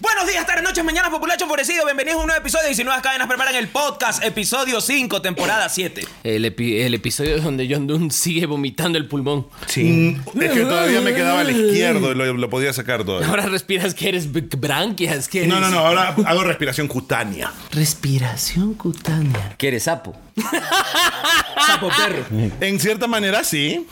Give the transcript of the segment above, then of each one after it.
Buenos días, tardes, noches, mañanas, populacho enfurecido. Bienvenidos a un nuevo episodio de Si Nuevas Cadenas Preparan el Podcast, episodio 5, temporada 7. El, epi- el episodio donde John Dunn sigue vomitando el pulmón. Sí. Mm. Es que todavía me quedaba al izquierdo y lo, lo podía sacar todavía. Ahora respiras que eres b- branquias, Ah, que eres... No, no, no. Ahora hago respiración cutánea. Respiración cutánea. Que eres sapo. Sapo perro. En cierta manera, sí.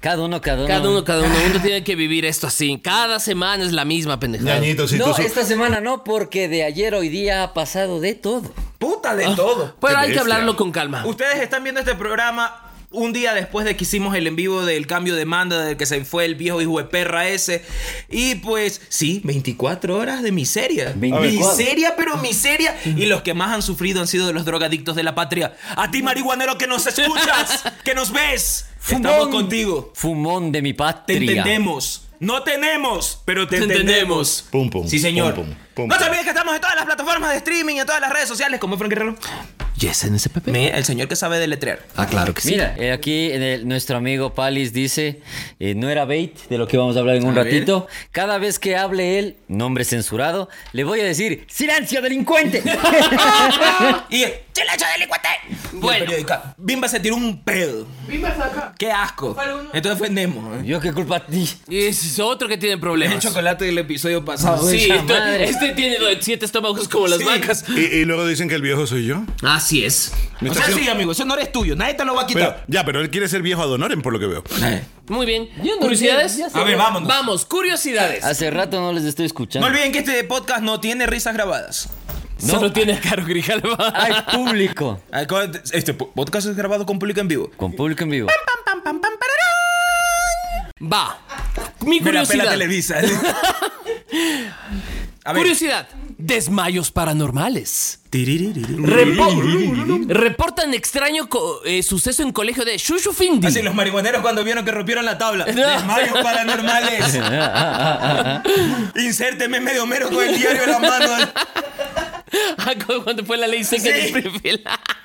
Cada uno, cada uno. Cada uno, cada uno. Uno tiene que vivir esto así. Cada semana es la misma pendejada. Ñañito, si No, tú su- esta semana no, porque de ayer hoy día ha pasado de todo. Puta de todo. Pero hay que bestia. hablarlo con calma. Ustedes están viendo este programa un día después de que hicimos el en vivo del cambio de manda, del que se fue el viejo hijo de perra ese. Y pues, sí, 24 horas de miseria. 24. Miseria, pero miseria. Y los que más han sufrido han sido de los drogadictos de la patria. A ti, marihuanero, que nos escuchas, que nos ves. Estamos Fumón. contigo. Fumón de mi Te patria. entendemos. No tenemos, pero te, Te entendemos. entendemos. Pum, pum, Sí, señor. pum, pum, pum, no pum. se olviden que estamos en todas las plataformas de streaming, en todas las redes sociales, como Frank Guerrero. Yes, en ese pepe. Mira, el señor que sabe deletrear. Ah, claro que sí. Mira, eh, aquí en el- nuestro amigo Palis dice, eh, no era bait, de lo que vamos a hablar en un A ver. ratito. Cada vez que hable él, nombre censurado, le voy a decir, silencio delincuente. Y ¡Silencio delincuente! Bueno. Bueno. Bimba se tiró un pedo. Bimba saca. ¡Qué asco! Para uno. Entonces fue Nemo. ¿eh? Yo qué culpa ti. Y ese es otro que tiene El problemas. chocolate del episodio pasado. Sí, Esa esto- madre. este tiene lo de siete estómagos como las Sí. vacas. Y, y luego dicen que el viejo soy yo. Así es. Me O está sea, haciendo- sí, amigo, eso no eres tuyo. Nadie te lo va a Pero, quitar. ya, pero él quiere ser viejo a Donoren, por lo que veo. Eh. Muy bien. ¿Curiosidades? A ver, vámonos. Vamos, curiosidades. Hace rato no les estoy No escuchando. olviden que este podcast no tiene risas grabadas. Solo tiene a Caro Grijalva. Hay público. Acuérdate, Este po- podcast es grabado con público en vivo. Con público en vivo. Va. Mi Mira, pela curiosidad. Televisa. A ver. Curiosidad. Desmayos paranormales. Tiririririr. Repo- reportan extraño co- eh, suceso en colegio de Shushufindi. Así los marihuaneros cuando vieron que rompieron la tabla. No. Desmayos paranormales. Insérteme medio mero con el diario en la mano. Ah, como cuando fue la ley seca Sí. de Springfield.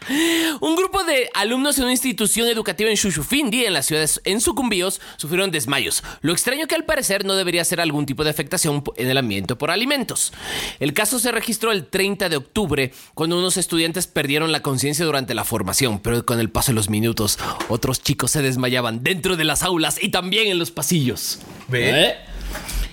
Un grupo de alumnos en una institución educativa en Shushufindi, en la ciudad de- en Sucumbíos, sufrieron desmayos. Lo extraño que al parecer no debería ser algún tipo de afectación po- en el ambiente por alimentos. El caso se registró el 30 de octubre, cuando unos estudiantes perdieron la conciencia durante la formación, pero con el paso de los minutos, otros chicos se desmayaban dentro de las aulas y también en los pasillos. ¿Eh? Ve.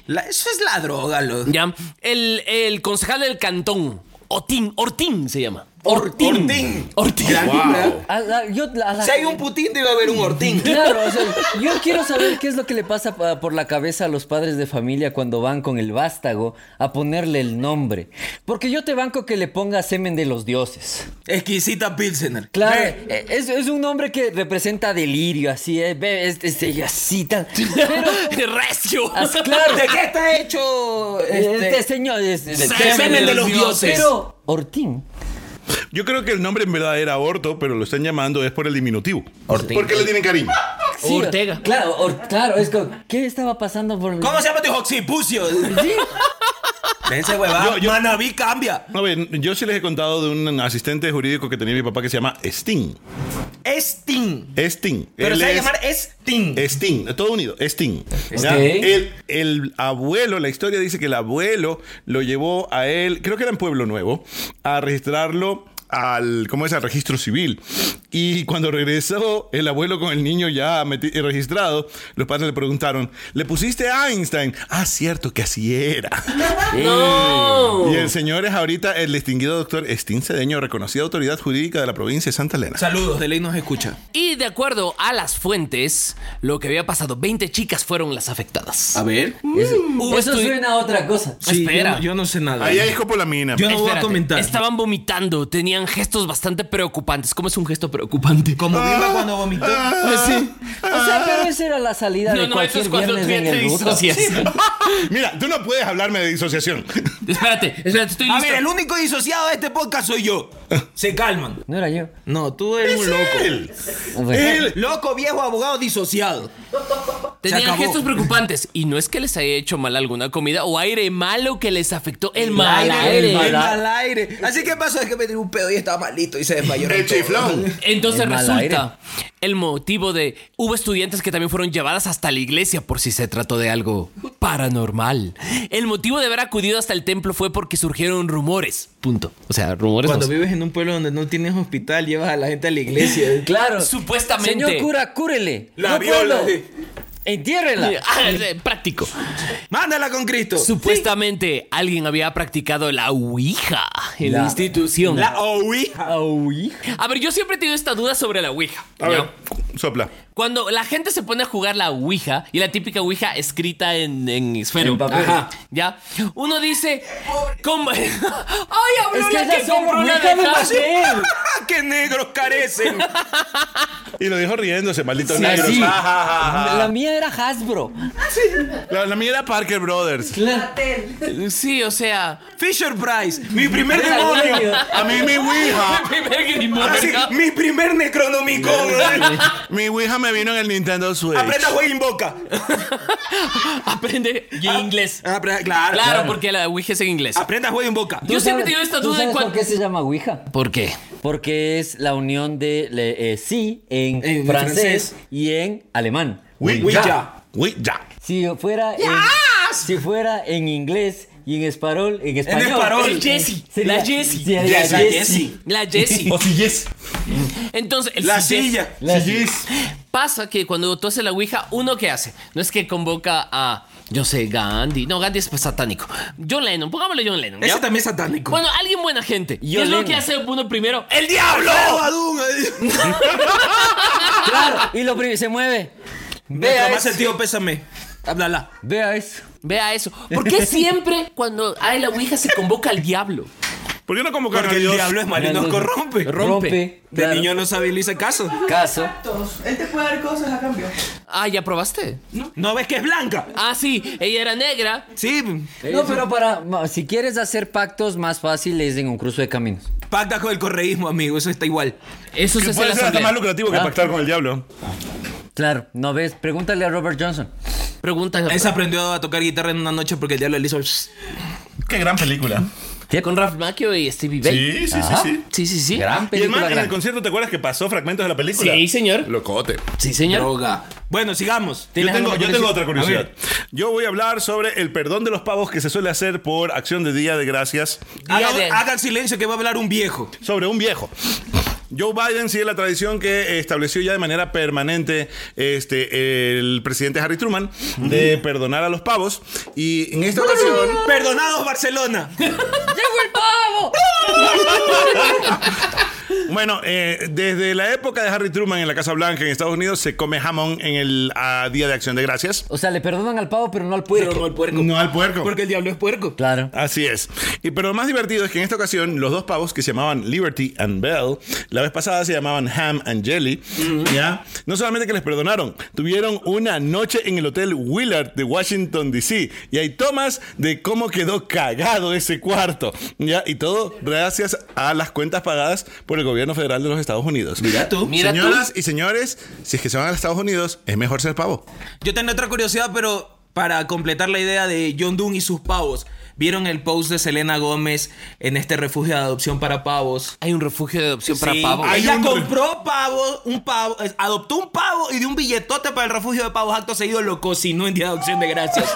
La- eso es la droga, lo. Ya, el, el concejal del cantón, Otín, Ortín se llama. Ortín. Ortín. Ortín. Wow. A la- yo- a la- Si hay un putín, debe haber un hortín. Claro, o sea, yo quiero saber qué es lo que le pasa pa- por la cabeza a los padres de familia cuando van con el vástago a ponerle el nombre. Porque yo te banco que le ponga semen de los dioses. Exquisita Pilsener. Claro, Ve. eh, es, es un nombre que representa delirio, así, eh, ve, es, es- y así tan- Pero, Recio. as- claro, ¿De qué está hecho este, este? señor es, es- Semen de los dioses. Pero, Ortín. Yo creo que el nombre en verdad era Orto, pero lo están llamando es por el diminutivo. Porque le tienen cariño. sí, Ortega. Claro, or- claro, es como, ¿qué estaba pasando por ¿Cómo se llama tu oxipucio? Sí. Dense huevada. Yo- yo- Manaví cambia. A ver, yo sí les he contado de un asistente jurídico que tenía mi papá que se llama Sting. Estin. Sting. Pero Él se va a es- llamar Estin. Sting, todo unido, Sting. Ya, Ok. El, el abuelo, la historia dice que el abuelo lo llevó a él, creo que era en Pueblo Nuevo, a registrarlo al, ¿cómo es? Al registro civil. Y cuando regresó el abuelo con el niño ya meti- registrado, los padres le preguntaron, ¿le pusiste Einstein? Ah, cierto, que así era. No. Y el señor es ahorita el distinguido doctor Sting Cedeño, reconocida autoridad jurídica de la provincia de Santa Elena. Saludos, de ley nos escucha. Y de acuerdo a las fuentes, lo que había pasado, 20 chicas fueron las afectadas. A ver. Hubo Eso estu- suena a otra cosa. Sí, Espera. Yo, no- yo no sé nada. Ahí hay escopolamina. Yo no voy a Espérate, comentar. Estaban vomitando, tenían gestos bastante preocupantes. ¿Cómo es un gesto preocupante? Como Ah. Bimba cuando vomitó. Sí. Ah. O sea, pero esa era la salida No, de no, eso cualquier es cuando tú viernes ya en te el ruto. disocias. Mira, tú no puedes hablarme de disociación. Espérate, espérate, estoy A listo. ver, Ah, el único disociado de este podcast soy yo. Se calman. No era yo. No, tú eres un loco. Él. Bueno, Él. Loco viejo abogado disociado. se Tenían acabó. gestos preocupantes. Y no es que les haya hecho mal alguna comida o aire malo que les afectó el mal aire, aire. el Mal mal al aire. Así que pasó es que me tiró un pedo y estaba malito y se desmayó. El todo. chiflón. Entonces El mal resulta el motivo de hubo estudiantes que también fueron llevadas hasta la iglesia por si se trató de algo paranormal. El motivo de haber acudido hasta el templo fue porque surgieron rumores. Punto. O sea, rumores. Cuando no- vives en un pueblo donde no tienes hospital, llevas a la gente a la iglesia. Claro. Supuestamente. Señor cura, cúrele. La no viola, puedo. sí. Entiérrela. Ah, eh, práctico. Mándala con Cristo. Supuestamente alguien había practicado la Ouija en la, La- institución. La Ah, ouija. Ay. A ver, yo siempre he tenido esta duda sobre la Ouija. A ¿ya? ver, sopla. Cuando la gente se pone a jugar la Ouija y la típica Ouija escrita en, en esfero. En papel. Ajá. ¿Ya? Uno dice. ¿cómo? ¡Ay, habló Es que la ya que son compró la Ouija de de Hasbro! papel. Ah, ¡Qué negros carecen! Y lo dijo riéndose, maldito Sí, negro. sí. Ah, La mía era Hasbro. La, la mía era Parker Brothers. Sí, o sea. Fisher Price, mi primer demonio. A mí mi Ouija. Primer Grimoire, Así, ¿no? mi primer Necronomicon. Mi Ouija me vino en el Nintendo Switch. Aprenda a jugar invoca. Aprende y inglés. Apre- Ah, claro. Ah. Claro, porque la Ouija es en inglés. Aprenda a jugar invoca. Yo ¿Tú siempre he sabes- tenido esta tú duda en sabes cuanto. ¿Por qué se llama Ouija? ¿Por qué? Porque es la unión de le- eh, sí en, En francés. francés y en alemán. Ouija. Ouija. Si fuera, en, si fuera en inglés y en español, en español. español. El Jessie. Sería- La Jessie. sería Yes, la Jessie. Jessie. La Jessie. O si yes. Entonces, el La sí, Jessie. silla. La- Pasa que cuando tú haces la Ouija, uno que hace, no es que convoca a, yo sé, Gandhi, no, Gandhi es pues, satánico. John Lennon, pongámosle John Lennon. ¿ya? Ese también es satánico. Bueno, alguien buena gente. ¿Qué John es lo Lennon. que hace uno primero? ¡El diablo! Claro, Ah, y lo primero se mueve. Vea Vea más eso. sentido, pésame. Háblala. Vea eso. Vea eso. ¿Por qué siempre cuando hay la Ouija se convoca al diablo? ¿Por qué no convocaron Porque a el Dios? diablo es malo y nos corrompe. Rompe. De claro. niño no sabe y le hice caso. Caso. Él te puede dar cosas a cambio. Ah, ¿ya probaste? ¿No ves que es blanca? Ah, sí, ella era negra. Sí. No, pero para. ma- Si quieres hacer pactos, más fácil es en un cruce de caminos. Pacta con el correísmo, amigo. Eso está igual. Eso se hace Que en la puede ser hasta asamblea. más lucrativo que Ah. pactar con el diablo. Claro, no ves. Pregúntale a Robert Johnson. Pregunta. Él se aprendió a tocar guitarra en una noche porque el diablo le hizo... Qué gran película. Con Ralph Macchio y Stevie Bay. Sí, sí, sí, sí. Sí, sí, sí. Y Gran el película. man en gran. el concierto, ¿te acuerdas que pasó fragmentos de la película? Sí, señor. Locote. Sí, señor. Droga. Bueno, sigamos. Yo ¿Tienes tengo, alguna yo tengo otra curiosidad? curiosidad. Yo voy a hablar sobre el perdón de los pavos que se suele hacer por acción de Día de Gracias A ver, Día hagan- de- hagan silencio que va a hablar un viejo. sobre un viejo. Joe Biden sigue la tradición que estableció ya de manera permanente este, el presidente Harry Truman de perdonar a los pavos. Y en esta ocasión Perdonados, Barcelona. Bueno, eh, desde la época de Harry Truman en la Casa Blanca en Estados Unidos se come jamón en el ah, Día de Acción de Gracias. O sea, le perdonan al pavo, pero no al puerco. al puerco. No al puerco. Porque el diablo es puerco. Claro. Así es. Y pero lo más divertido es que en esta ocasión los dos pavos que se llamaban Liberty and Bell, la vez pasada se llamaban Ham and Jelly, ¿ya? No solamente que les perdonaron, tuvieron una noche en el Hotel Willard de Washington, D.C. Y hay tomas de cómo quedó cagado ese cuarto, ¿ya? Y todo gracias a las cuentas pagadas por el gobierno federal de los Estados Unidos. Mira tú. Mira tú. Señoras y señores, si es que se van a Estados Unidos, es mejor ser pavo. Yo tengo otra curiosidad, pero para completar la idea de John Doon y sus pavos. ¿Vieron el post de Selena Gómez en este refugio de adopción para pavos? Hay un refugio de adopción para Sí, pavos. Hay Ella un- compró pavo, un pavo, eh, adoptó un pavo y de un billetote para el refugio de pavos acto seguido lo cocinó en día de adopción de gracias.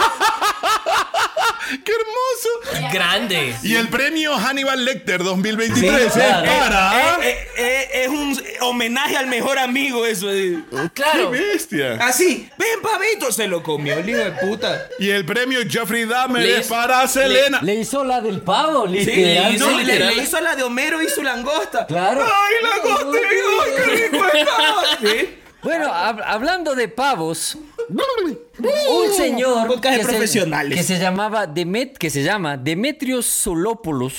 ¡Qué hermoso! Grande. Y el premio Hannibal Lecter 2023 es claro. para... Eh, eh, eh, es un homenaje al mejor amigo eso. eh. Claro. ¡Qué bestia! Así, ven pavito, se lo comió el hijo de puta. Y el premio Jeffrey Dahmer Le- es para Selena. Le hizo la del pavo, Sí, le literal. hizo, no, le- literal. le hizo la de Homero y su langosta. Claro. ¡Ay, langosta! ¡Ay, qué rico estaba! Sí. Bueno, hab- hablando de pavos, un señor Podcast de se, profesionales. que se llamaba Demet, que se llama Demetrio Solopoulos,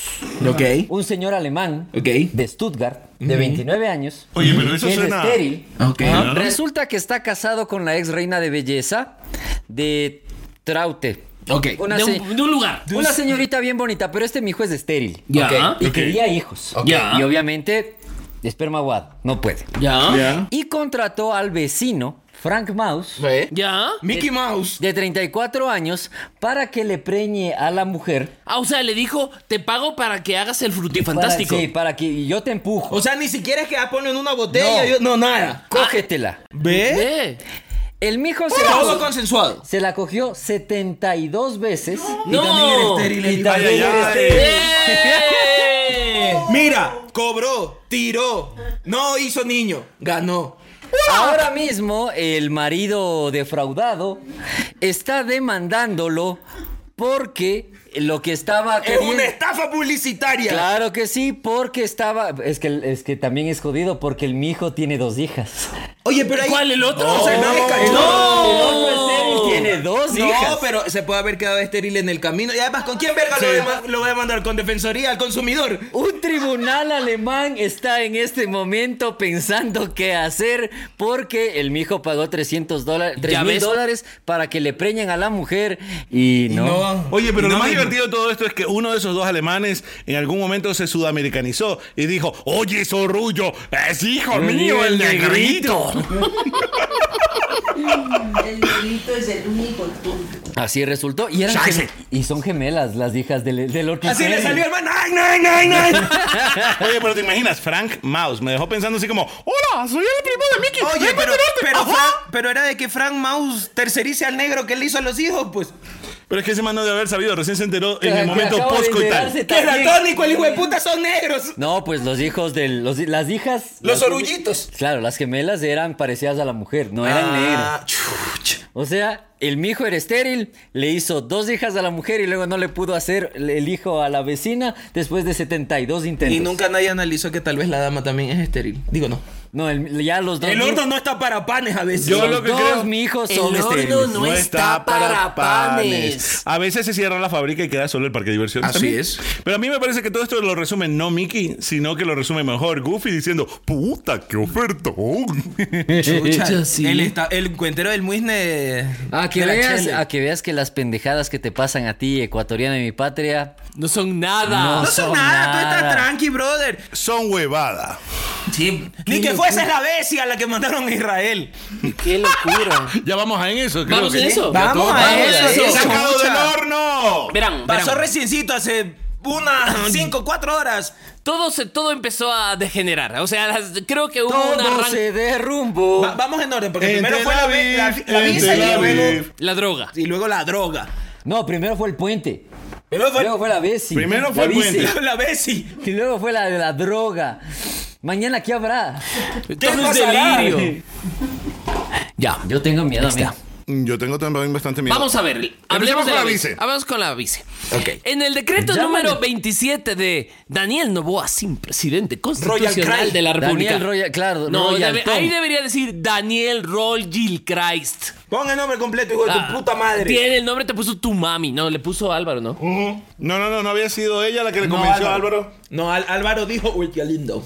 Ok. un señor alemán Ok. de Stuttgart, de 29 años. Oye, pero eso que es suena- estéril. Ok. Ajá. Resulta que está casado con la ex reina de belleza de Traute. Ok. Una, de, se- un, de un lugar. una señorita bien bonita, pero este mijo es estéril. Ya. Ok, Y Ok. quería hijos. Ok. Ya. Y obviamente, esperma guado, no puede. Ya. Y contrató al vecino Frank Maus, ¿Eh? ¿Ya? Mickey Mouse. de 34 años, para que le preñe a la mujer. Ah, o sea, le dijo, te pago para que hagas el Para- frutifantástico. sí, para que yo te empujo. O sea, ni siquiera es que la ponen en una botella. yo- No, nada. Cógetela. ¿Ve? Eh, El mijo se Todo la, consensuado. se la cogió 72 veces. No. Y estéril. también Ay, ay, era ay. estéril. ¡Eh! Mira, cobró, tiró, no hizo niño, ganó. Ahora mismo el marido defraudado está demandándolo porque lo que estaba Es queriendo- una estafa publicitaria. Claro que sí, porque estaba es que es que también es jodido porque el mijo tiene dos hijas. Oye, pero ahí. ¿Cuál, el otro? O sea, no es cachorro. El otro estéril tiene dos hijas. No, pero se puede haber quedado estéril en el camino. Y además, ¿con quién verga lo voy a ma- lo voy a mandar? ¿Con defensoría? ¿Al consumidor? Un tribunal alemán está en este momento pensando qué hacer porque el mijo pagó 300 dólares, ¿Ya 3 mil ves? dólares para que le preñen a la mujer y no. Oye, pero Y lo no más me- divertido de todo esto es que uno de esos dos alemanes en algún momento se sudamericanizó y dijo, oye, Sorullo, es hijo mío el negrito. El negrito es el único tonto. Así resultó. Y, eran Chance. gem- y son gemelas las hijas del, del otro. Así le estéril. salió al man. ¡Ay, ay, ay, ay! Oye, pero te imaginas, Frank Mouse me dejó pensando así como, hola, soy el primo de Mickey. Oye, ven a pero, tenerte". pero, Ajá. Frank- pero era de que Frank Mouse tercerice al negro que le hizo a los hijos, pues. Pero es que ese man no debe haber sabido, recién se enteró Que- en el que momento acabo de posco y enterarse tal. ¡Que también. Ratónico, el hijo de puta, son negros! No, pues los hijos de los, las hijas. Los las- orullitos. Claro, las gemelas eran parecidas a la mujer, no eran negras. Ah, chucha. O sea, el mijo era estéril, le hizo dos hijas a la mujer y luego no le pudo hacer el hijo a la vecina después de 72 intentos. Y nunca nadie analizó que tal vez la dama también es estéril. Digo, no. No, el- ya los dos. El mi- horno no está para panes a veces. Yo los lo que dos creo- mijos El son horno estériles. no está para panes. A veces se cierra la fábrica y queda solo el parque de diversiones. Así también. es. Pero a mí me parece que todo esto lo resume no Mickey, sino que lo resume mejor Goofy diciendo, puta, qué ofertón. Chucha, sí. el, esta- el cuentero del muisne. A Ah, que, de la veas, Chele. a que veas que las pendejadas que te pasan a ti, ecuatoriana de mi patria, No son nada. No son nada, tú estás nada. tranqui, brother. Son huevada. Sí. Ni que fuese la bestia a la que mandaron a Israel. Qué locura. Ya vamos a en eso. Vamos en eso. Vamos Ya a todo- eso. vamos a eso. ¡Sacado del Chucha. horno! Verán, Pasó verán. reciencito hace unas 5, 4 horas. Todo, se, todo empezó a degenerar. O sea, las- creo que hubo un todo arranque. se derrumbó. Va- vamos en orden, porque En primero Tel fue la, ve- la- Aviv, la en visa Tel y luego, Aviv. La droga. y luego la droga. No, primero fue el puente. Luego fue Luego fue la bici. Primero fue La el bici. puente. la Bessie. Y luego fue la de la droga. Mañana, ¿qué habrá? Todo es pasará? delirio. Ya. Yo tengo miedo, amigo. Mm, Yo tengo también bastante miedo. Vamos a ver. Empecemos Hablemos de con la la vice. vice. Hablemos con la vice. Ok. En el decreto Llámale. número 27 de Daniel Novoa, sin presidente constitucional Craig. de la República. Daniel Royal, claro, no, Royal debe- Tom. ahí debería decir Daniel Royal Christ. Pon el nombre completo, hijo de Ah, tu puta madre. Tiene el nombre, te puso tu mami. No, le puso Álvaro, ¿no? Ujú. No, no, no, no había sido ella la que le convenció a Álvaro. No, Al- Álvaro dijo, uy, qué lindo.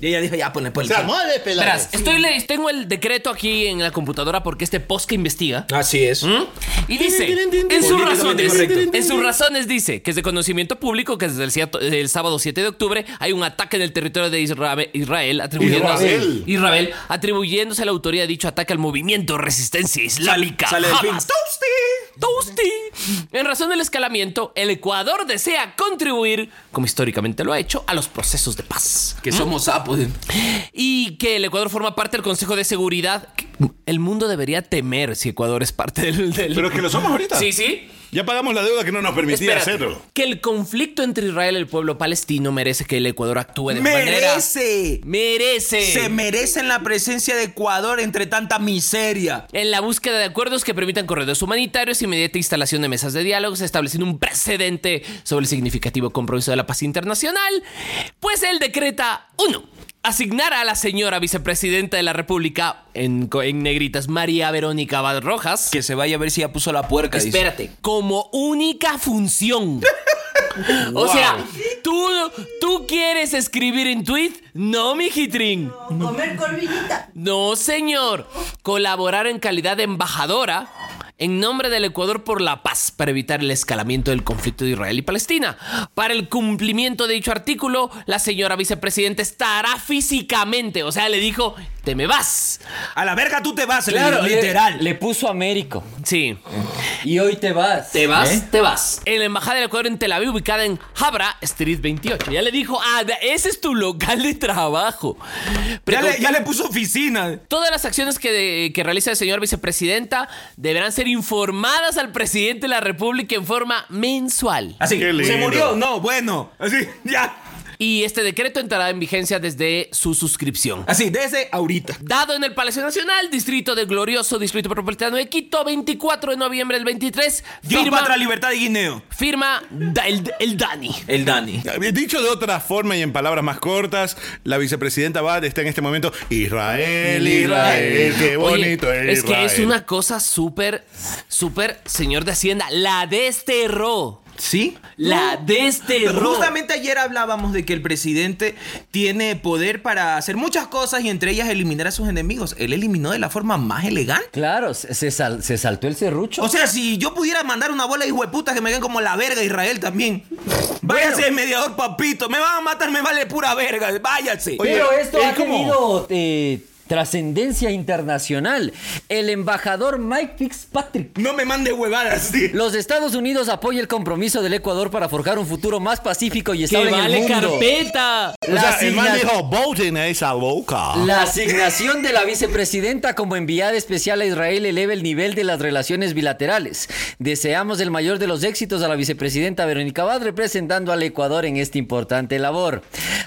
Y ella dijo, ya, ponle, ponle. de Verás, estoy le- tengo el decreto aquí en la computadora porque este post que investiga. Así es. ¿Mm? Y dice, en sus razones, en sus razones dice que es de conocimiento público que desde el, ciato- el sábado 7 de octubre hay un ataque en el territorio de Israel, Israel, atribuyéndose, Israel. Israel, atribuyéndose a la autoría de dicho ataque al movimiento Resistencia Islámica. Sale del fin. Hamas. Toasty. En razón del escalamiento, el Ecuador desea contribuir, como históricamente lo ha hecho, a los procesos de paz. ¿Mm? Que somos sapos. Y que el Ecuador forma parte del Consejo de Seguridad. que El mundo debería temer si Ecuador es parte del... del- Pero es que lo somos ahorita. Sí, sí. Ya pagamos la deuda que no nos permitía Espérate. hacerlo. Que el conflicto entre Israel y el pueblo palestino merece que el Ecuador actúe de manera... Merece. Merece. Se merecen la presencia de Ecuador entre tanta miseria. En la búsqueda de acuerdos que permitan corredores humanitarios, inmediata instalación de mesas de diálogo, estableciendo un precedente sobre el significativo compromiso de la paz internacional, pues él decreta uno, Asignar a la señora vicepresidenta de la República, en, co- en negritas, María Verónica Abad Rojas. Que se vaya a ver si ya puso la puerca. dice. Espérate, como única función. O sea, tú, tú quieres escribir en tweet, no, mijitrín. Comer corvillita. No, señor. Colaborar en calidad de embajadora en nombre del Ecuador por la paz para evitar el escalamiento del conflicto de Israel y Palestina. Para el cumplimiento de dicho artículo, la señora vicepresidenta estará físicamente, o sea, le dijo, te me vas. A la verga tú te vas, le- le- literal. Le, puso Américo. Sí. Y hoy te vas. Te vas, ¿Eh? te vas. En la Embajada del Ecuador en Tel Aviv, ubicada en Habra Street 28. Ya le dijo, ah, ese es tu local de trabajo. ya, Precau- le, ya le puso oficina. Todas las acciones que, que realiza el señor vicepresidenta deberán ser informadas al presidente de la República en forma mensual. Así, Qué lindo. se murió. No, bueno. Así, ya. Y este decreto entrará en vigencia desde su suscripción. Así, desde ahorita. Dado en el Palacio Nacional, Distrito del Glorioso Distrito Metropolitano de Quito, 24 de noviembre del 23, Dios, patria, firma, libertad y guineo. firma da- el, el Dani. El Dani. Dicho de otra forma y en palabras más cortas, la vicepresidenta Bad está en este momento. Israel, Israel, qué bonito Oye, es que es Israel". una cosa súper, súper, señor de Hacienda, la desterró. ¿Sí? La este Pero desterró. Justamente ayer hablábamos de que el presidente tiene poder para hacer muchas cosas y entre ellas eliminar a sus enemigos. Él eliminó de la forma más elegante. Claro, se, se sal- se saltó el serrucho. O sea, si yo pudiera mandar una bola de hijo de puta que me den como la verga Israel también. Váyase de mediador, papito. Me van a matar, me vale pura verga. Váyase. Oye, Pero esto es ha como- tenido eh, trascendencia internacional. El embajador Mike Fitzpatrick. no me mande huevadas, tío. Los Estados Unidos apoya el compromiso del Ecuador para forjar un futuro más pacífico y ¡Que estable en vale el mundo. carpeta! O sea, el man asigna- dijo, voten a esa loca. La asignación de la vicepresidenta como enviada especial a Israel eleva el nivel de las relaciones bilaterales. Deseamos el mayor de los éxitos a la vicepresidenta Verónica Abad representando al Ecuador en esta importante labor.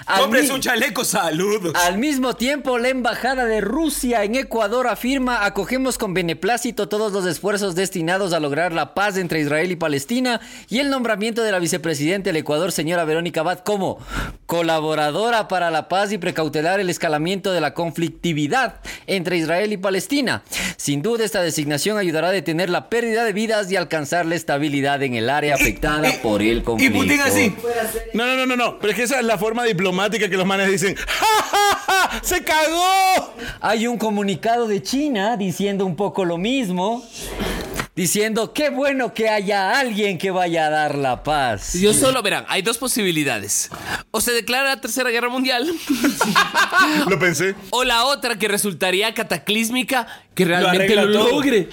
Al, Compres mi- un chaleco, saludos. al mismo tiempo, la embajada de Rusia en Ecuador afirma acogemos con beneplácito todos los esfuerzos destinados a lograr la paz entre Israel y Palestina y el nombramiento de la vicepresidenta del Ecuador, señora Verónica Abad, como colaboradora para la paz y precautelar el escalamiento de la conflictividad entre Israel y Palestina. Sin duda, esta designación ayudará a detener la pérdida de vidas y alcanzar la estabilidad en el área afectada Y- por el Y conflicto. Putin así. No, no, no, no, no. Pero es que esa es la forma diplomática que los manes dicen. ¡Ja, ja, ja! ¡Se cagó! Hay un comunicado de China diciendo un poco lo mismo. Diciendo, qué bueno que haya alguien que vaya a dar la paz. Yo solo verán, hay dos posibilidades. O se declara la Tercera Guerra Mundial, Lo pensé. o la otra que resultaría cataclísmica, que realmente arregla lo, todo. logre.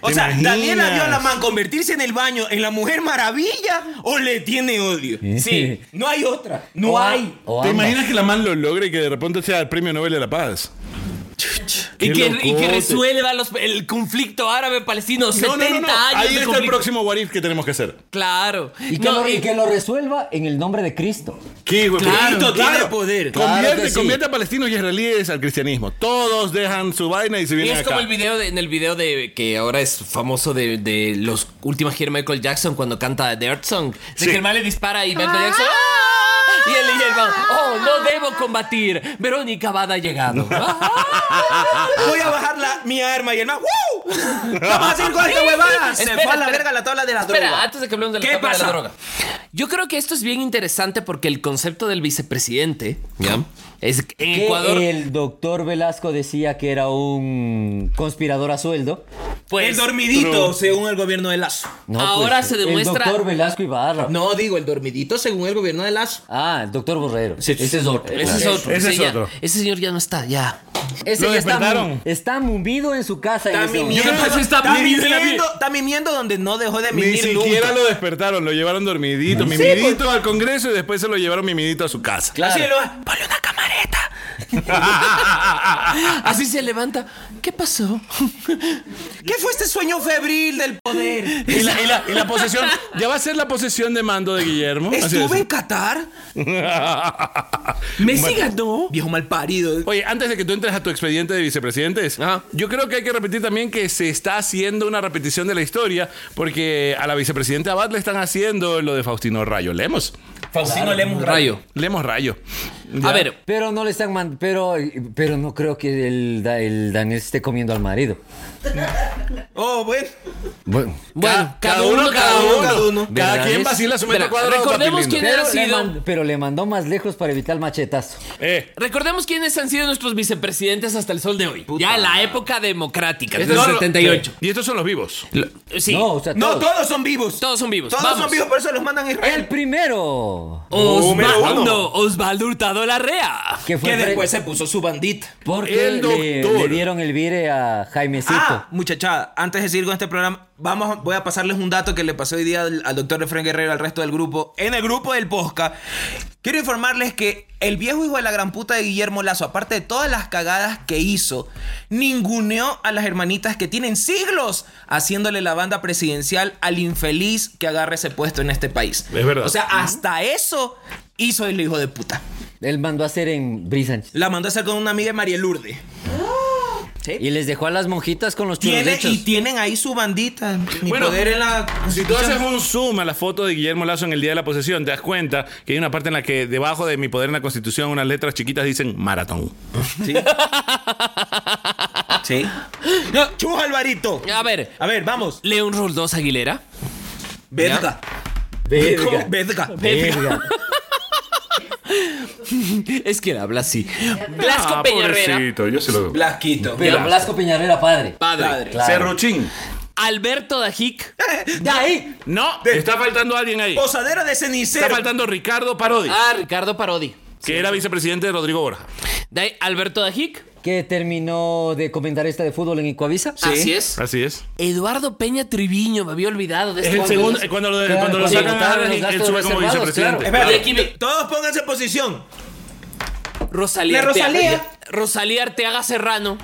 O ¿Te sea, imaginas? Daniela vio a la man convertirse en el baño en la Mujer Maravilla o le tiene odio. ¿Eh? Sí. No hay otra. No O a- hay. o Oh, ¿Te ambas. imaginas que la man lo logre y que de repente sea el premio Nobel de la Paz? Y Qué que, y que locote. resuelva los- el conflicto árabe-palestino. 70 años Ahí de está el conflicto. próximo What If que tenemos que hacer. Claro. Y que, No, lo, y y- que lo resuelva en el nombre de Cristo. ¿Qué, güey? Claro, Cristo tiene poder. Claro Convierte, que sí. convierte a palestinos y israelíes al cristianismo. Todos dejan su vaina y se y vienen es acá. como el video de- en el video de que ahora es famoso de, de los últimos gira de Michael Jackson cuando canta The Earth Song. De Sí. que el man le dispara y Michael Jackson. ¡ah! Y él y el man, oh, no debo combatir. Verónica Bada ha llegado. Ah. Voy a bajar la, mi arma y el man. ¡Woo! Vamos a seguir con esta huevada. Se Espera, fue a la espera. verga la tabla de la Espera, droga. antes de que hablemos de la, ¿Qué tabla de la pasa? droga. Yo creo que esto es bien interesante porque el concepto del vicepresidente, ¿ya? Es que en Que Ecuador. eh, el doctor Velasco decía que era un conspirador a sueldo. pues, el dormidito, según el gobierno de Lazo. No, Ahora pues, se demuestra- El doctor Velasco Ibarra. No, digo, el dormidito, según el gobierno de Lazo. Ah, el doctor Borrero. Sí, ese es otro. Ese es otro. Ese Ese, es ya- otro. ese señor ya no está, ya. Ese Lo ya está, despertaron. mu- está mumbido en su casa. en Está ese mimiendo, Yo creo que está está mimiendo en la mimiendo, está mimiendo donde no dejó de Ni mimir siquiera nunca. lo despertaron, lo llevaron dormidito, mimidito al Congreso y después se lo llevaron mimidito a su casa. Claro. Así lo Ponle una camareta. Así se levanta. ¿Qué pasó? ¿Qué fue este sueño febril del poder? Y la, y la- y la posesión, ya va a ser la posesión de mando de Guillermo. Así ¿Estuve es. en Qatar? Messi ganó. Viejo mal parido. Oye, antes de que tú entres a tu expediente de vicepresidentes, Ajá. yo creo que hay que repetir también que se está haciendo una repetición de la historia, porque a la vicepresidenta Abad le están haciendo lo de Faustino Rayo. Lemos. Faustino Lemos Rayo. Lemos Rayo. A ver, Pero no le están mandando. Pero, pero no creo que el, da- el Daniel esté comiendo al marido. Oh, bueno. Bueno. bueno, Cada, uno, cada uno. Cada, ¿Verdad quien es? vacila su metro Espera, cuadrado. recordemos papi lindo. quién era- Pero, hubiera le sido- mandó, pero le mandó más lejos para evitar el machetazo. Eh, Recordemos quiénes han sido nuestros vicepresidentes hasta el sol de hoy. Ya la época democrática, desde estos el este son los- 78. Y estos son los vivos. Lo- Sí. No, o sea, No, todos. todos son vivos. Todos son vivos. Todos Vamos. son vivos, por eso los mandan a Israel. El primero. Osvaldo. Número uno. Osvaldo, Osvaldo Hurtado Larrea. Que fue que pre- después se puso su bandita. porque El le, doctor. le dieron el vire a Jaimecito. Ah, muchachada, antes de seguir con este programa, vamos, a- voy a pasarles un dato que le pasé hoy día al, al doctor Efraín Guerrero, al resto del grupo, en el grupo del Posca. Quiero informarles que el viejo hijo de la gran puta de Guillermo Lazo, aparte de todas las cagadas que hizo, ninguneó a las hermanitas que tienen siglos haciéndole la banda presidencial al infeliz que agarre ese puesto en este país. Es verdad. O sea, hasta eso hizo el hijo de puta. Él mandó a hacer en Brisanch. La mandó a hacer con una amiga de María Lourdes. Sí. Y les dejó a las monjitas con los chulos Tiene, hechos. y tienen ahí su bandita. Mi Bueno, poder en la. Si tú haces un zoom a la foto de Guillermo Lazo en el día de la posesión, te das cuenta que hay una parte en la que debajo de mi poder en la Constitución unas letras chiquitas dicen maratón. Sí. sí. Chuja, Alvarito. A ver, A ver, vamos. León Roldós Aguilera. Vedga. ¿Cómo? Vedga. Verga. Es que él habla así. Blasco Ah, Peña Herrera. pobrecito, yo se lo Blasquito. Pero Blasco Piñarera padre. Padre. Padre. Claro. Cerruchín. Alberto Dajic. De ahí. No, está faltando alguien ahí. Posadera de Está cenicero. faltando Ricardo Parodi, Ah, Ricardo Parodi. que era vicepresidente de Rodrigo Borja. De ahí, Alberto Dajic. Que terminó de comentarista de fútbol en Icoavisa. Así es. Así es. Eduardo Peña Triviño, me había olvidado de Es este el hombre. segundo, eh, cuando lo, cuando lo cuando sacan a votaron los Dajic, él gastos sube como reservados, vicepresidente. Eh, claro. Espérate, Y aquí me- Todos pónganse en posición. Rosalía. La Arteaga. Rosalía. Rosalía Arteaga Serrano.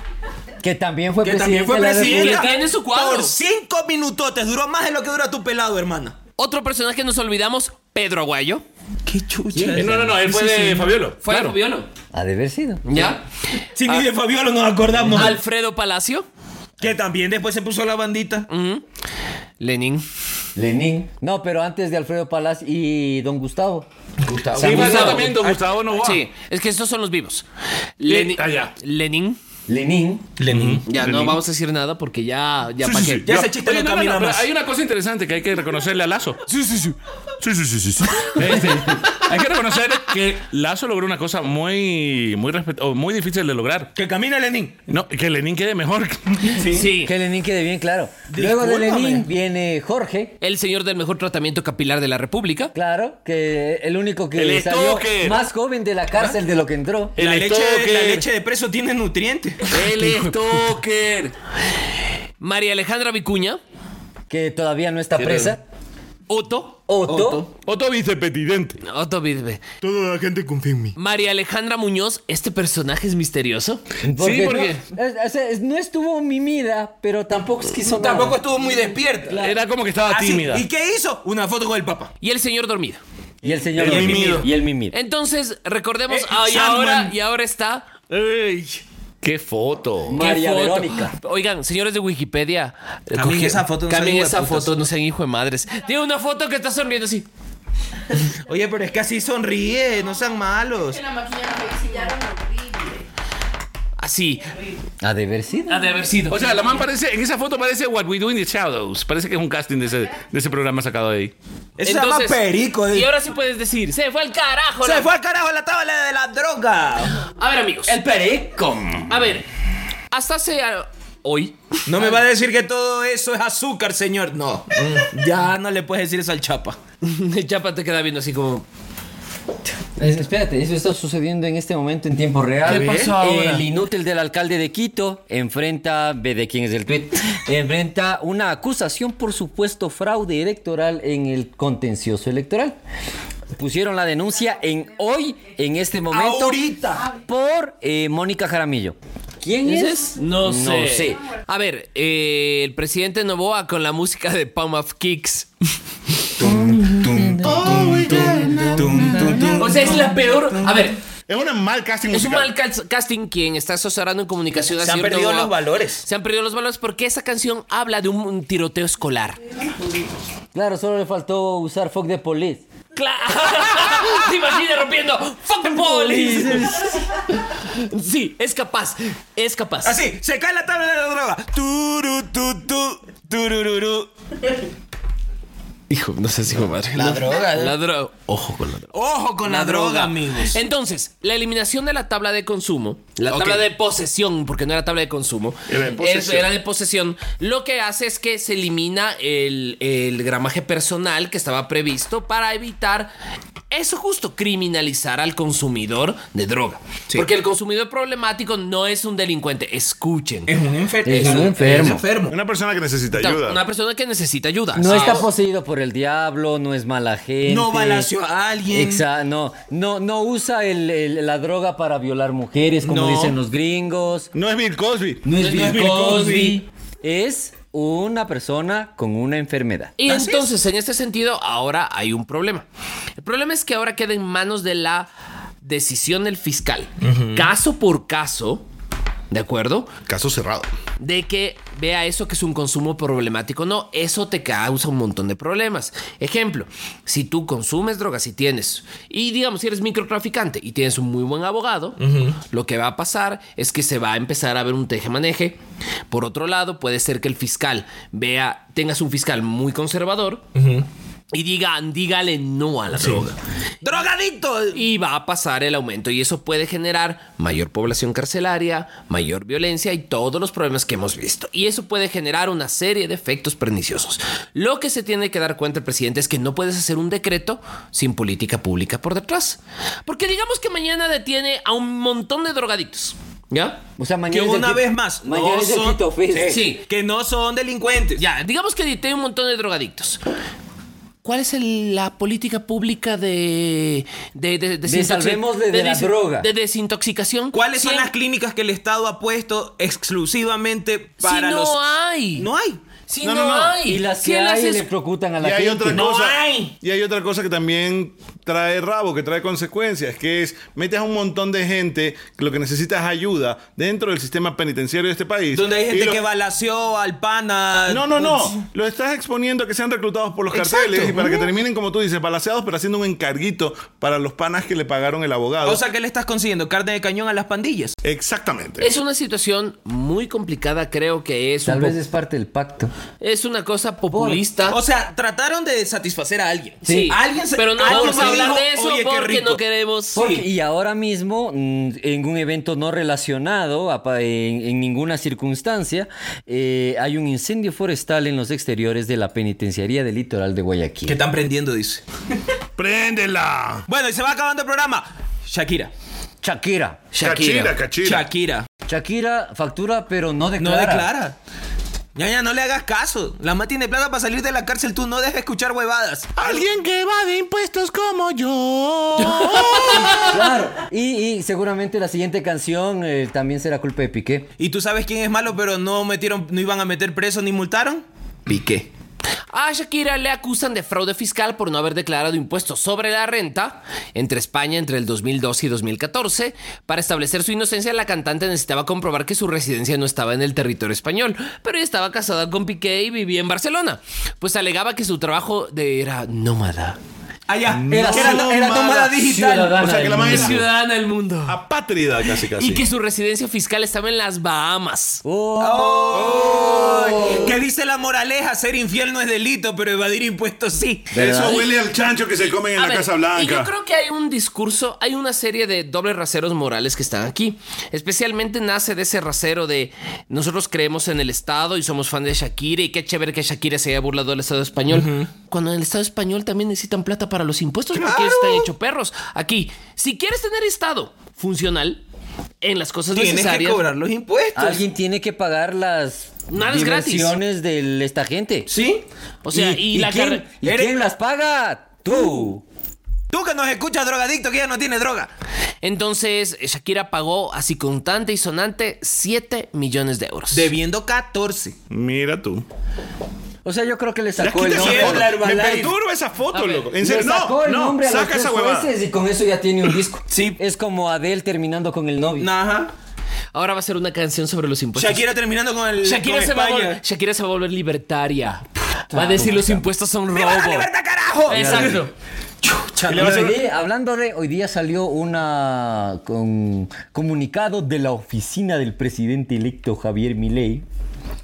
Que también fue Que presidente. también fue de la presidente. República. Que tiene su cuadro. Por cinco minutotes. Duró más de lo que dura tu pelado, hermana. Otro personaje que nos olvidamos, Pedro Aguayo. Qué chucha. Eh, No, no, no, él fue de Fabiolo. Fue claro. Rubiolo. República. Ha de haber sido. ¿Ya? Si ni de Fabiolo nos acordamos. Alfredo Palacio. Que también después se puso la bandita. Lenin. Lenin. No, pero antes de Alfredo Palaz y don Gustavo. Gustavo. Sí, Gustavo. falta también don Gustavo Novoa. Sí, es que estos son los vivos. Lenin. Oh, ah, ya. Lenin. Lenin. Lenin. Ya no vamos a decir nada porque ya, ya Sí, pa' sí, qué. sí. Ya ese chiste Oye, no camina pero más. Hay una cosa interesante que hay que reconocerle a Lazo. Sí, sí, sí. Sí, sí, sí, sí. Este, hay que reconocer que Lazo logró una cosa muy, muy, respet- o muy difícil de lograr. Que camina Lenin. No, que Lenin quede mejor. Sí. Que Lenin quede bien claro. Luego de Discúlpame. Lenin viene Jorge. El señor del mejor tratamiento capilar de la República. Claro, que el único que El salió stalker. más joven de la cárcel de lo que entró. La El leche, estoque. la leche de preso tiene nutrientes. El Stoker. María Alejandra Vicuña. Que todavía no está presa. Otto. Otto. Otro vicepresidente. Otto Bidbe. Toda la gente confía en mí. María Alejandra Muñoz. Este personaje es misterioso. Porque Sí, porque No, es- o sea, es- no estuvo mimida, pero tampoco es que hizo nada. Tampoco estuvo muy despierta. era como que estaba Así, tímida. Ah, ¿Y qué hizo? Una foto con el Papa. Y el señor dormido. Y el señor. El mimido. Y el mimido. Entonces, recordemos. Eh, ah, y, Sandman. ahora, y ahora está. ¡Qué foto! ¡Qué María foto! Verónica. Oigan, señores de Wikipedia, eh, Cambien coge- esa foto, no sean cambien hijo de esa putas. foto, no sean hijo de madres. Tiene una foto que está sonriendo así. Oye, pero es que así sonríe, no sean malos. Que la maquilla me maquillaron horrible. Así. Ha de haber sido. Ha de haber sido. O sea, la man parece, en esa foto parece What We Do in the Shadows. Parece que es un casting de ese, de ese programa sacado de ahí. Eso Entonces- se llama perico. eh. Y ahora sí puedes decir, se fue al carajo. la- Se fue al carajo la tabla de la droga. A ver, amigos. El perico. A ver. Hasta hace ah, hoy. No me va a decir que todo eso es azúcar, señor. No. Mm, Ya no le puedes decir eso al chapa. El Chapa te queda viendo así como. Es- espérate, eso está sucediendo en este momento en tiempo real. ¿Qué pasó ahora? El inútil del alcalde de Quito enfrenta, ve de quién es el tweet, enfrenta una acusación por supuesto fraude electoral en el contencioso electoral. Pusieron la denuncia en hoy, en este momento, Ahorita. por eh, Mónica Jaramillo. ¿Quién es? No sé. No sé. A ver, eh, el presidente Novoa con la música de Palm of Kicks. O sea, es la peor. A ver, Es un mal casting es un musical. mal cas- casting quien está asesorando en comunicación. al Se han señor perdido Novoa. los valores. Se han perdido los valores porque esa canción habla de un, un tiroteo escolar. Claro, solo le faltó usar fuck de police. Claro. Te imaginas rompiendo. ¡Fuck the police! Sí, es capaz. Es capaz. Así, se cae la tabla de la droga. Turu, tu, tu, turururu. Hijo, no sé si fue madre. La No. droga, ¿eh? La droga. Ojo con la droga. Ojo con la, droga, amigos. Entonces, la eliminación de la tabla de consumo, la Ok. tabla de posesión, porque no era tabla de consumo, Era de es- posesión. era de posesión, lo que hace es que se elimina el, el gramaje personal que estaba previsto para evitar eso justo, criminalizar al consumidor de droga. Sí. Porque el consumidor problemático no es un delincuente, escuchen. Es un enfermo. Es un enfermo. enfermo. Una persona que necesita ayuda. Una persona que necesita ayuda. No Sí. está poseído por el diablo, no es mala gente. No balació a alguien. Exa- no, no, no usa el- el- la droga para violar mujeres, como No. dicen los gringos. No es Bill Cosby. No es Bill Cosby. Es una persona con una enfermedad. Y Así es. entonces, en este sentido, ahora hay un problema. El problema es que ahora queda en manos de la decisión del fiscal, caso por caso, ¿de acuerdo? Caso cerrado. De que vea eso que es un consumo problemático. No, eso te causa un montón de problemas. Ejemplo, si tú consumes drogas y tienes, y digamos, si eres microtraficante y tienes un muy buen abogado, lo que va a pasar es que se va a empezar a ver un teje-maneje. Por otro lado, puede ser que el fiscal vea, tengas un fiscal muy conservador y diga, dígale no a la droga ¡Drogadicto! y va a pasar el aumento y eso puede generar mayor población carcelaria, mayor violencia y todos los problemas que hemos visto. Y eso puede generar una serie de efectos perniciosos. Lo que se tiene que dar cuenta el presidente es que no puedes hacer un decreto sin política pública por detrás. Porque digamos que mañana detiene a un montón de drogadictos, ¿ya? O sea, Que mañana es el una Quito- vez más, mañana no es el son, Quito Fest. Sí. que no son delincuentes. Ya, digamos que detiene un montón de drogadictos. ¿Cuál es el- la política pública de... De, de, desintoxi- salvémosle de la desin- droga. De desintoxicación. ¿Cuáles son Siempre- las clínicas que el Estado ha puesto exclusivamente para si no los... hay. No hay. Si no, No, no, no. hay. Y las Si que él hay hace eso- electrocutan a Y la hay gente. otra No cosa. hay. Y hay otra cosa que también trae rabo, que trae consecuencias, que es metes a un montón de gente que lo que necesita es ayuda dentro del sistema penitenciario de este país. Donde hay Y gente lo- que balació al pana. No, no, no. Lo estás exponiendo a que sean reclutados por los carteles y para que terminen, como tú dices, balaseados, pero haciendo un encarguito para los panas que le pagaron el abogado. O sea, ¿qué le estás consiguiendo? ¿Carne de cañón a las pandillas? Exactamente. Es una situación muy complicada, creo que es. Tal un po- vez es parte del pacto. es una cosa populista. O sea, trataron de satisfacer a alguien. sí, Alguien se- pero no alguien vamos se a hablar dijo, de eso "Oye, qué porque rico". no queremos. Porque- y ahora mismo, mm, en un evento no relacionado, apa- en, en ninguna circunstancia, eh, hay un incendio forestal en los exteriores de la penitenciaría del litoral de Guayaquil. Que están prendiendo, dice. ¡Préndela! Bueno, y se va acabando el programa. Shakira. Shakira. Shakira. Cachira, cachira. Shakira. Shakira factura, pero no No declara. declara. Ya, ya, no le hagas caso. La mamá tiene plata para salir de la cárcel. Tú no dejes escuchar huevadas. Alguien que va de impuestos como yo. Claro. Y, y seguramente la siguiente canción eh, también será culpa de Piqué. Y tú sabes quién es malo, pero no metieron, no iban a meter preso ni multaron. Piqué. A Shakira le acusan de fraude fiscal por no haber declarado impuestos sobre la renta entre España entre el 2002 y 2014. Para establecer su inocencia, la cantante necesitaba comprobar que su residencia no estaba en el territorio español, pero ella estaba casada con Piqué y vivía en Barcelona. Pues alegaba que su trabajo de era nómada. Allá. Era Ah, era, nómada era nómada digital. ciudadana O sea, que la del man Es mundo. ciudadana del mundo. Ah, Apátrida, casi, casi. Y que su residencia fiscal estaba en las Bahamas. Que dice la moraleja, ser infiel no es delito, pero evadir impuestos sí. Eso huele al chancho que se comen en A la ver, Casa Y yo Blanca. creo que hay un discurso, hay una serie de dobles raseros morales que están aquí. Especialmente nace de ese rasero de nosotros creemos en el Estado y somos fan de Shakira y qué chévere que Shakira se haya burlado del Estado español. Cuando en el Estado español también necesitan plata para los impuestos porque ellos están hecho perros. Aquí, si quieres tener Estado funcional en las cosas Tienes que necesarias, cobrar los impuestos. Alguien tiene que pagar las Nada es gratis. diversiones de esta gente. ¿Sí? o sea, y, la quién, carre- y eres- quién las paga? Tú. Tú que nos escuchas drogadicto, que ya no tiene droga. Entonces, eh, Shakira pagó así contante y sonante 7 millones de euros. Debiendo 14. Mira tú. O sea, yo creo que le Ya sacó quita el esa nombre. cielo, foto. la Me Herbalife. perturba esa A foto, ver. loco. En Le serio, sacó no, el no, nombre a saca los esa tres huevada. jueces y con eso ya tiene un disco. Sí. Es como Adele terminando con el novio. Ajá. Ahora va a ser una canción sobre los impuestos. Shakira terminando con el. Shakira con se, va a España. vol- Shakira se va a volver libertaria. Va a decir los impuestos son ¡Me vas a robo. libertad, carajo! Exacto. Chucha, Y no. hoy día- hablando de hoy día salió una con- comunicado de la oficina del presidente electo Javier Milei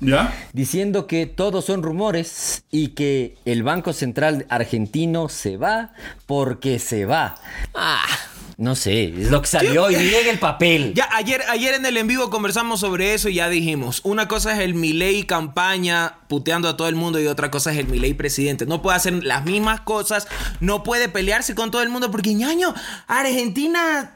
¿Ya? diciendo que todos son rumores y que el Banco Central argentino se va porque se va. Ah, No sé, es lo que salió y llega el papel. Ya, ayer, ayer en el en vivo conversamos sobre eso y ya dijimos, una cosa es el Milei campaña puteando a todo el mundo y otra cosa es el Milei presidente. No puede hacer las mismas cosas, no puede pelearse con todo el mundo porque ñaño, Argentina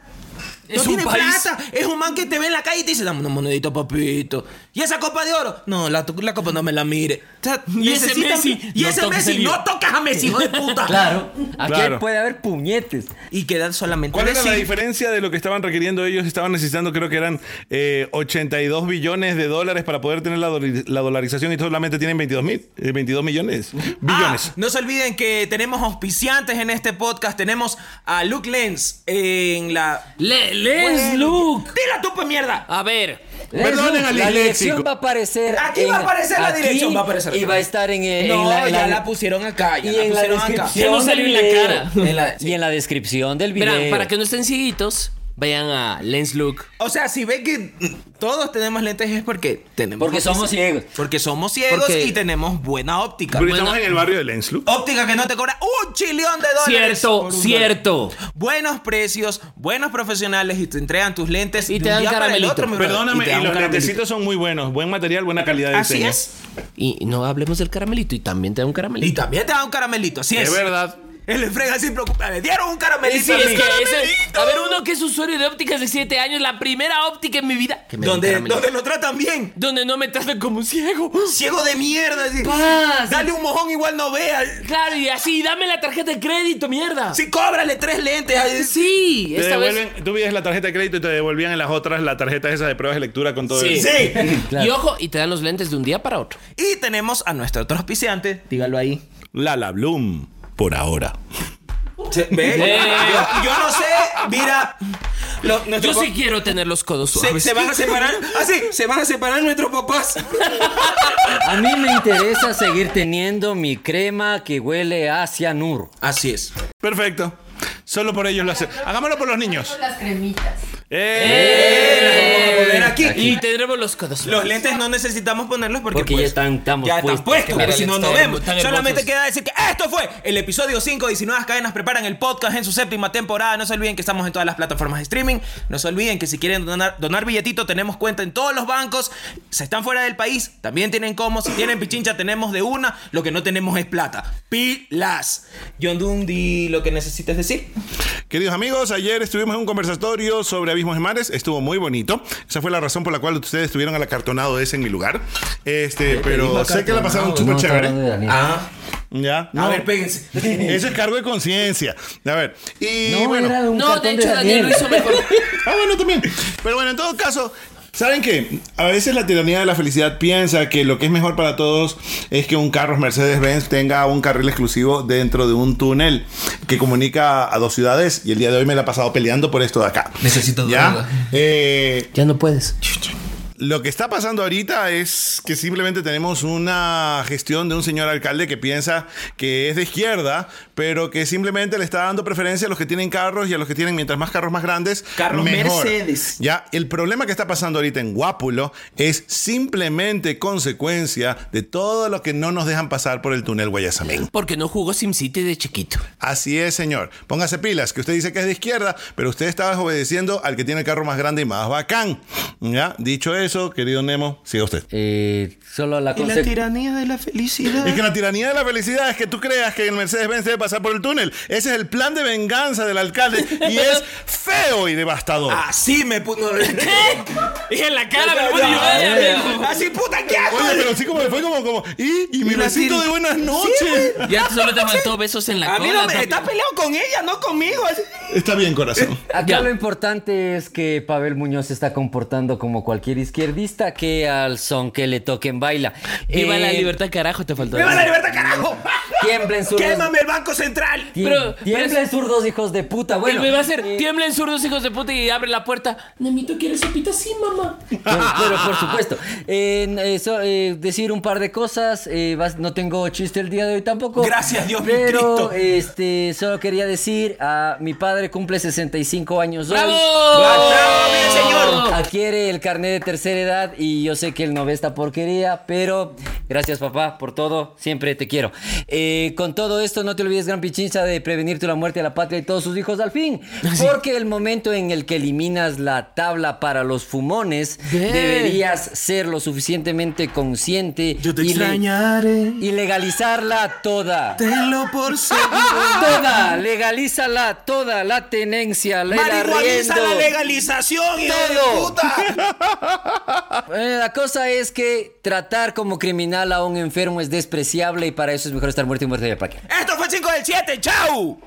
Es no un tiene país. plata, es un man que te ve en la calle y te dice, dame una monedita, papito. ¿Y esa copa de oro? No, la, la copa no me la mire. O sea, Y ese necesitan- Messi, y no ese toques el Messi, lío. no tocas a Messi, hijo de puta. Claro, aquí Claro. puede haber puñetes. Y quedan solamente ¿Cuál era la decir- diferencia de lo que estaban requiriendo ellos? Estaban necesitando, creo que eran eh, 82 billones de dólares para poder tener la, doli- la dolarización y solamente tienen 22 mil, eh, 22 millones. Billones. Ah, no se olviden que tenemos auspiciantes en este podcast. Tenemos a Luke Lens en la. le, les Luke. ¡Dila tú, pues mierda! A ver, Perdonen al la disléxico. dirección va a aparecer. Aquí va a aparecer la aquí dirección, va a aparecer. Y va a estar en, eh, No, en la, en ya la- la pusieron acá. Ya y la en la pusieron acá. descripción. Ya no salió en la del video. cara. En la- Y en la descripción del video. verán, para que no estén cieguitos, vayan a Lens Luke. O sea, si ven que todos tenemos lentes es porque tenemos. Porque auspici- somos ciegos. Porque somos ciegos Porque- y tenemos buena óptica. Porque estamos Bueno. en el barrio de Lenslu. Óptica que no te cobra un chillón de dólares. Cierto, por un cierto. dólar. Buenos precios, buenos profesionales y te entregan tus lentes Y de te un dan día para el caramelito. otro, mi brother. Perdóname, te dan y un los caramelito. lentecitos son muy buenos. Buen material, buena calidad de Así diseño. es. Y no hablemos del caramelito y también te da un Y caramelito. también te da un caramelito, así es. Es verdad. Él le frega sin preocuparse. Le dieron un Sí, caramelito. sí, a es mí. que ese- a ver, uno que es usuario de ópticas de 7 años, la primera óptica en mi vida. que me da un Donde, caramelito. donde lo tratan bien. donde no me tratan como un ciego. Ciego de mierda. así. Paz. Dale un mojón, igual no vea. Claro, y así, dame la tarjeta de crédito, mierda. Sí, cóbrale tres lentes. ahí. Sí, Te esta vez. devuelven, tú pides la tarjeta de crédito y te devolvían en las otras la tarjeta esa de pruebas de lectura con todo Sí. eso. Sí. Y ojo, y te dan los lentes de un día para otro. Y tenemos a nuestro otro auspiciante. Dígalo ahí. Lala Bloom, por ahora. Se- ¿Ve? Yo, yo no sé. Mira. lo- nuestro Yo sí pa- quiero tener los codos se, suaves. se van a separar. Así, se van a separar nuestros papás. A mí me interesa seguir teniendo mi crema que huele a cianuro. Así es. Perfecto. Solo por ellos lo hacen. Hagámoslo por los niños. Las cremitas. ¡Eh! Vamos a poner aquí. Y tendremos los codos Los suaves. lentes no necesitamos ponerlos porque, pues, Porque ya están- estamos ya están puestos. puestos, Mira, porque si no, están no hermo- vemos. están Solamente hermosos. queda decir que esto fue el episodio 5 de 19 cadenas preparan el podcast en su séptima temporada. No se olviden que estamos en todas las plataformas de streaming. No se olviden que si quieren donar, donar billetito, tenemos cuenta en todos los bancos. Si están fuera del país, también tienen como. Si tienen pichincha, tenemos de una. Lo que no tenemos es plata. Pilas. John Dundee, lo que necesites decir. Queridos amigos, ayer estuvimos en un conversatorio sobre abismos y mares. Estuvo muy bonito. Esa fue la razón por la cual ustedes estuvieron al acartonado ese en mi lugar. Este, pero sé que la pasaron súper chévere. Ah, Ya. a No. ver, péguense. Eso es cargo de conciencia. A ver. Y No, bueno. era un No, cartón de hecho, Daniel lo hizo mejor. Ah, bueno, también. Pero bueno, en todo caso, ¿saben qué? A veces la tiranía de la felicidad piensa que lo que es mejor para todos es que un carro Mercedes-Benz tenga un carril exclusivo dentro de un túnel que comunica a dos ciudades y el día de hoy me la he pasado peleando por esto de acá. Necesito ¿Ya? droga. Eh, Ya no puedes. lo que está pasando ahorita es que simplemente tenemos una gestión de un señor alcalde que piensa que es de izquierda, pero que simplemente le está dando preferencia a los que tienen carros y a los que tienen mientras más carros más grandes. Carros mejor. Mercedes. Ya, el problema que está pasando ahorita en Guápulo es simplemente consecuencia de todo lo que no nos dejan pasar por el túnel Guayasamín. Porque no jugó SimCity de chiquito. Así es, señor. Póngase pilas, que usted dice que es de izquierda, pero usted está obedeciendo al que tiene el carro más grande y más bacán. Ya, dicho eso, querido Nemo, siga usted. Eh, solo la cosa. tiranía de la felicidad. Es que la tiranía de la felicidad es que tú creas que el Mercedes-Benz debe pasar por el túnel. Ese es el plan de venganza del alcalde y es feo y devastador. Así Ah, me puso. Y en la cara me lo Ya, voy a ya, llevar, ya, ya, ya. amigo. Así puta, ¿qué hago? Oye, pero sí como fue como como y, y mi Y la besito tir- de buenas noches. Ya solo te faltó besos en la A cara. mí no me está peleado con ella, no conmigo. así. Está bien, corazón. Acá Ya. lo importante es que Pavel Muñoz se está comportando como cualquier izquierdista que al son que le toquen baila. Viva Eh, la libertad, carajo, te faltó. ¡Viva la libertad, carajo! Tiemblen zurdos. ¡Quémame el Banco Central! Tiem- Pero- pero tiemblen zurdos, hijos de puta. Bueno, y me va a hacer, eh, tiemblen zurdos hijos de puta y abre la puerta. Nemito quiere sopita, sí, mamá. Pero, pero, por supuesto. Eh, eh, so- eh, decir un par de cosas. eh, vas- no tengo chiste el día de hoy tampoco. Gracias, Dios, mi Cristo. Pero este, solo quería decir: a mi padre cumple 65 años ¡Bravo! hoy. ¡Bravo, bien, señor! Adquiere el carnet de tercera edad y yo sé que él no ve esta porquería, pero gracias papá por todo, siempre te quiero. Eh, con todo esto no te olvides, gran pichincha, de prevenir tu la muerte a la patria y todos sus hijos al fin, porque el momento en el que eliminas la tabla para los fumones, Ve. deberías ser lo suficientemente consciente Yo te y, le- extrañaré. y legalizarla toda. Tenlo por seguro. Toda, legalízala toda, la tenencia, la- el Marihuaniza la arriendo. legalización, hijo de Todo. puta. Eh, la cosa es que tratar como criminal a un enfermo es despreciable y para eso es mejor estar muerto y muerto de parque. Esto fue 5 del 7, chau.